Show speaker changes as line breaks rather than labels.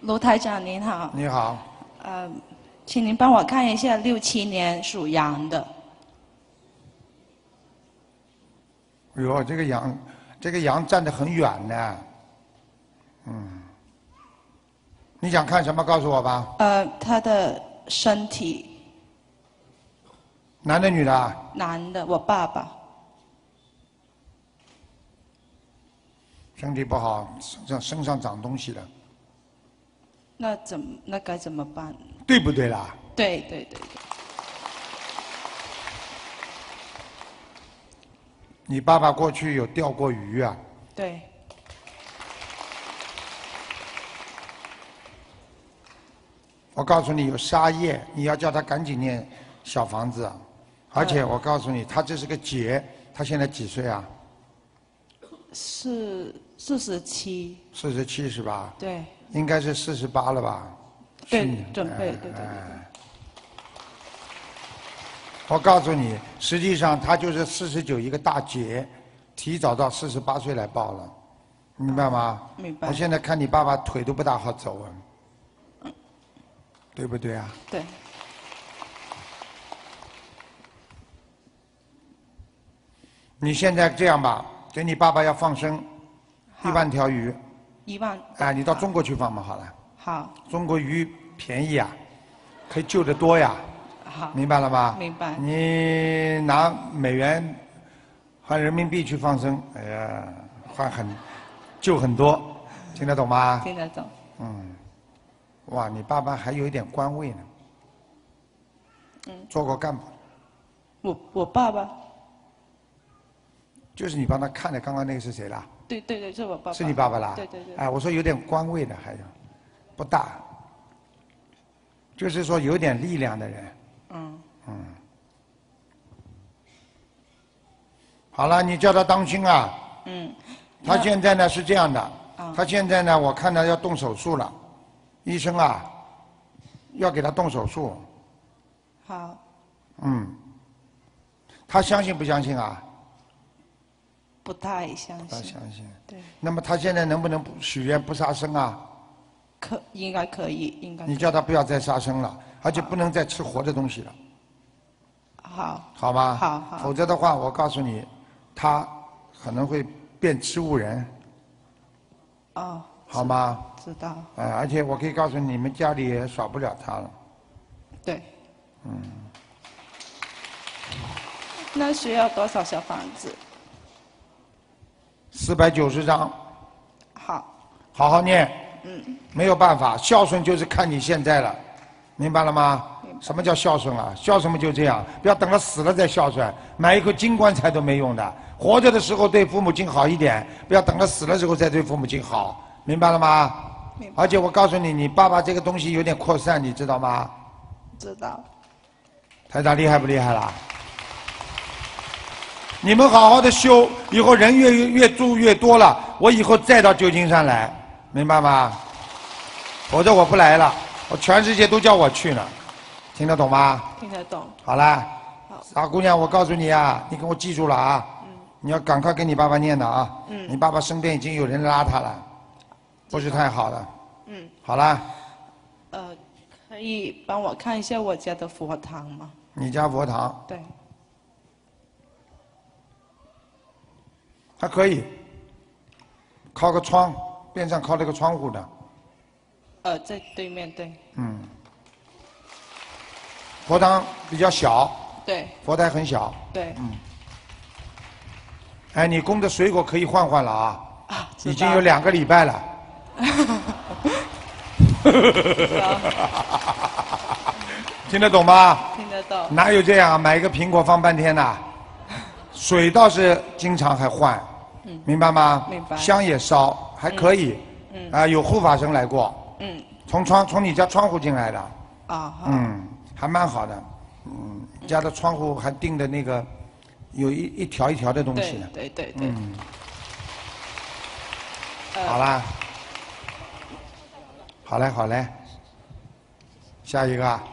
卢台长您好，
你好，
呃，请您帮我看一下六七年属羊的，
哟，这个羊，这个羊站得很远呢，嗯，你想看什么？告诉我吧。
呃，他的身体，
男的女的啊？
男的，我爸爸，
身体不好，身上身上长东西了，
那怎么那该怎么办？
对不对啦？
对对对对，
你爸爸过去有钓过鱼啊？
对，
我告诉你有沙叶，你要叫他赶紧念小房子。而且我告诉你，他这是个劫，他现在几岁啊？
四四十七，
四十七是吧？
对
应该是四十八了吧？去
对
年，
准备对对对，
哎我告诉你，实际上他就是四十九一个大劫，提早到四十八岁来报了，明白吗？
明白
我，现在看你爸爸腿都不大好走啊，对不对啊？
对，
你现在这样吧，给你爸爸要放生一
好
万条鱼，
一万，
哎，你到中国去放吧，好了，
好，
中国鱼便宜啊，可以救得多呀，
好，
明白了吗？
明白
你拿美元换人民币去放生，哎呀，换很救很多，听得懂吗？
嗯听得懂，
哇，你爸爸还有一点官位呢，嗯，做过干部，
我我爸爸，
就是你帮他看的，刚刚那个是谁啦？
对对对，是我爸爸，
是你爸爸啦？
对对对，
哎，我说有点官位的，还有不大，就是说有点力量的人。
嗯，
好了，你叫他当心啊。
嗯。
他现在呢是这样的，他现在呢，我看他要动手术了，医生啊，要给他动手术。
好，
嗯。他相信不相信啊？
不太相
他
信，
相信。
对，
那么他现在能不能不许愿不杀生啊？
可应该可以，应该
你叫他不要再杀生了，而且不能再吃活的东西了。
好，
好吗？
好好
否则的话，我告诉你，他可能会变植物人，
哦，
好吗？
知道，
啊、而且我可以告诉你，你们家里也少不了他了。
对，嗯，那需要多少小房子？
四百九十章，
好，
好好念。嗯。没有办法，孝顺就是看你现在了，明白了吗？什么叫孝顺啊？孝顺嘛就这样，不要等到死了再孝顺，买一口金棺材都没用的。活着的时候对父母亲好一点，不要等到死了之后再对父母亲好，明白了吗？
明白
而且我告诉你，你爸爸这个东西有点扩散，你知道吗？
知道，
台长厉害不厉害啦？你们好好的修，以后人越越越住越多了，我以后再到旧金山来，明白吗？否则我不来了，我全世界都叫我去呢，听得懂吗？
听得懂，
好啦
好，
傻姑娘，我告诉你啊，你给我记住了啊，你要赶快给你爸爸念的啊，
嗯
你爸爸身边已经有人拉他了，不是太好了，
嗯，
好啦，
呃，可以帮我看一下我家的佛堂吗？
你家佛堂
对，
还可以，靠个窗，边上靠了个窗户的。
呃，在对面对，
佛堂比较小，
对
佛台很小。
对，
哎，你供的水果可以换换了啊，
啊，知
已
道
经有两个礼拜了。
知道
听得懂吗？
听得懂，
哪有这样啊买一个苹果放半天的、水倒是经常还换，明白吗？
嗯明白
香也烧，还可以。啊，有护法神来过，
嗯，
从窗从你家窗户进来的，
啊，好，
嗯，还蛮好的。嗯，家的窗户还钉的那个，有一一条一条的东
对
西呢。嗯
对对对，
好啦，好嘞，好嘞，下一个啊，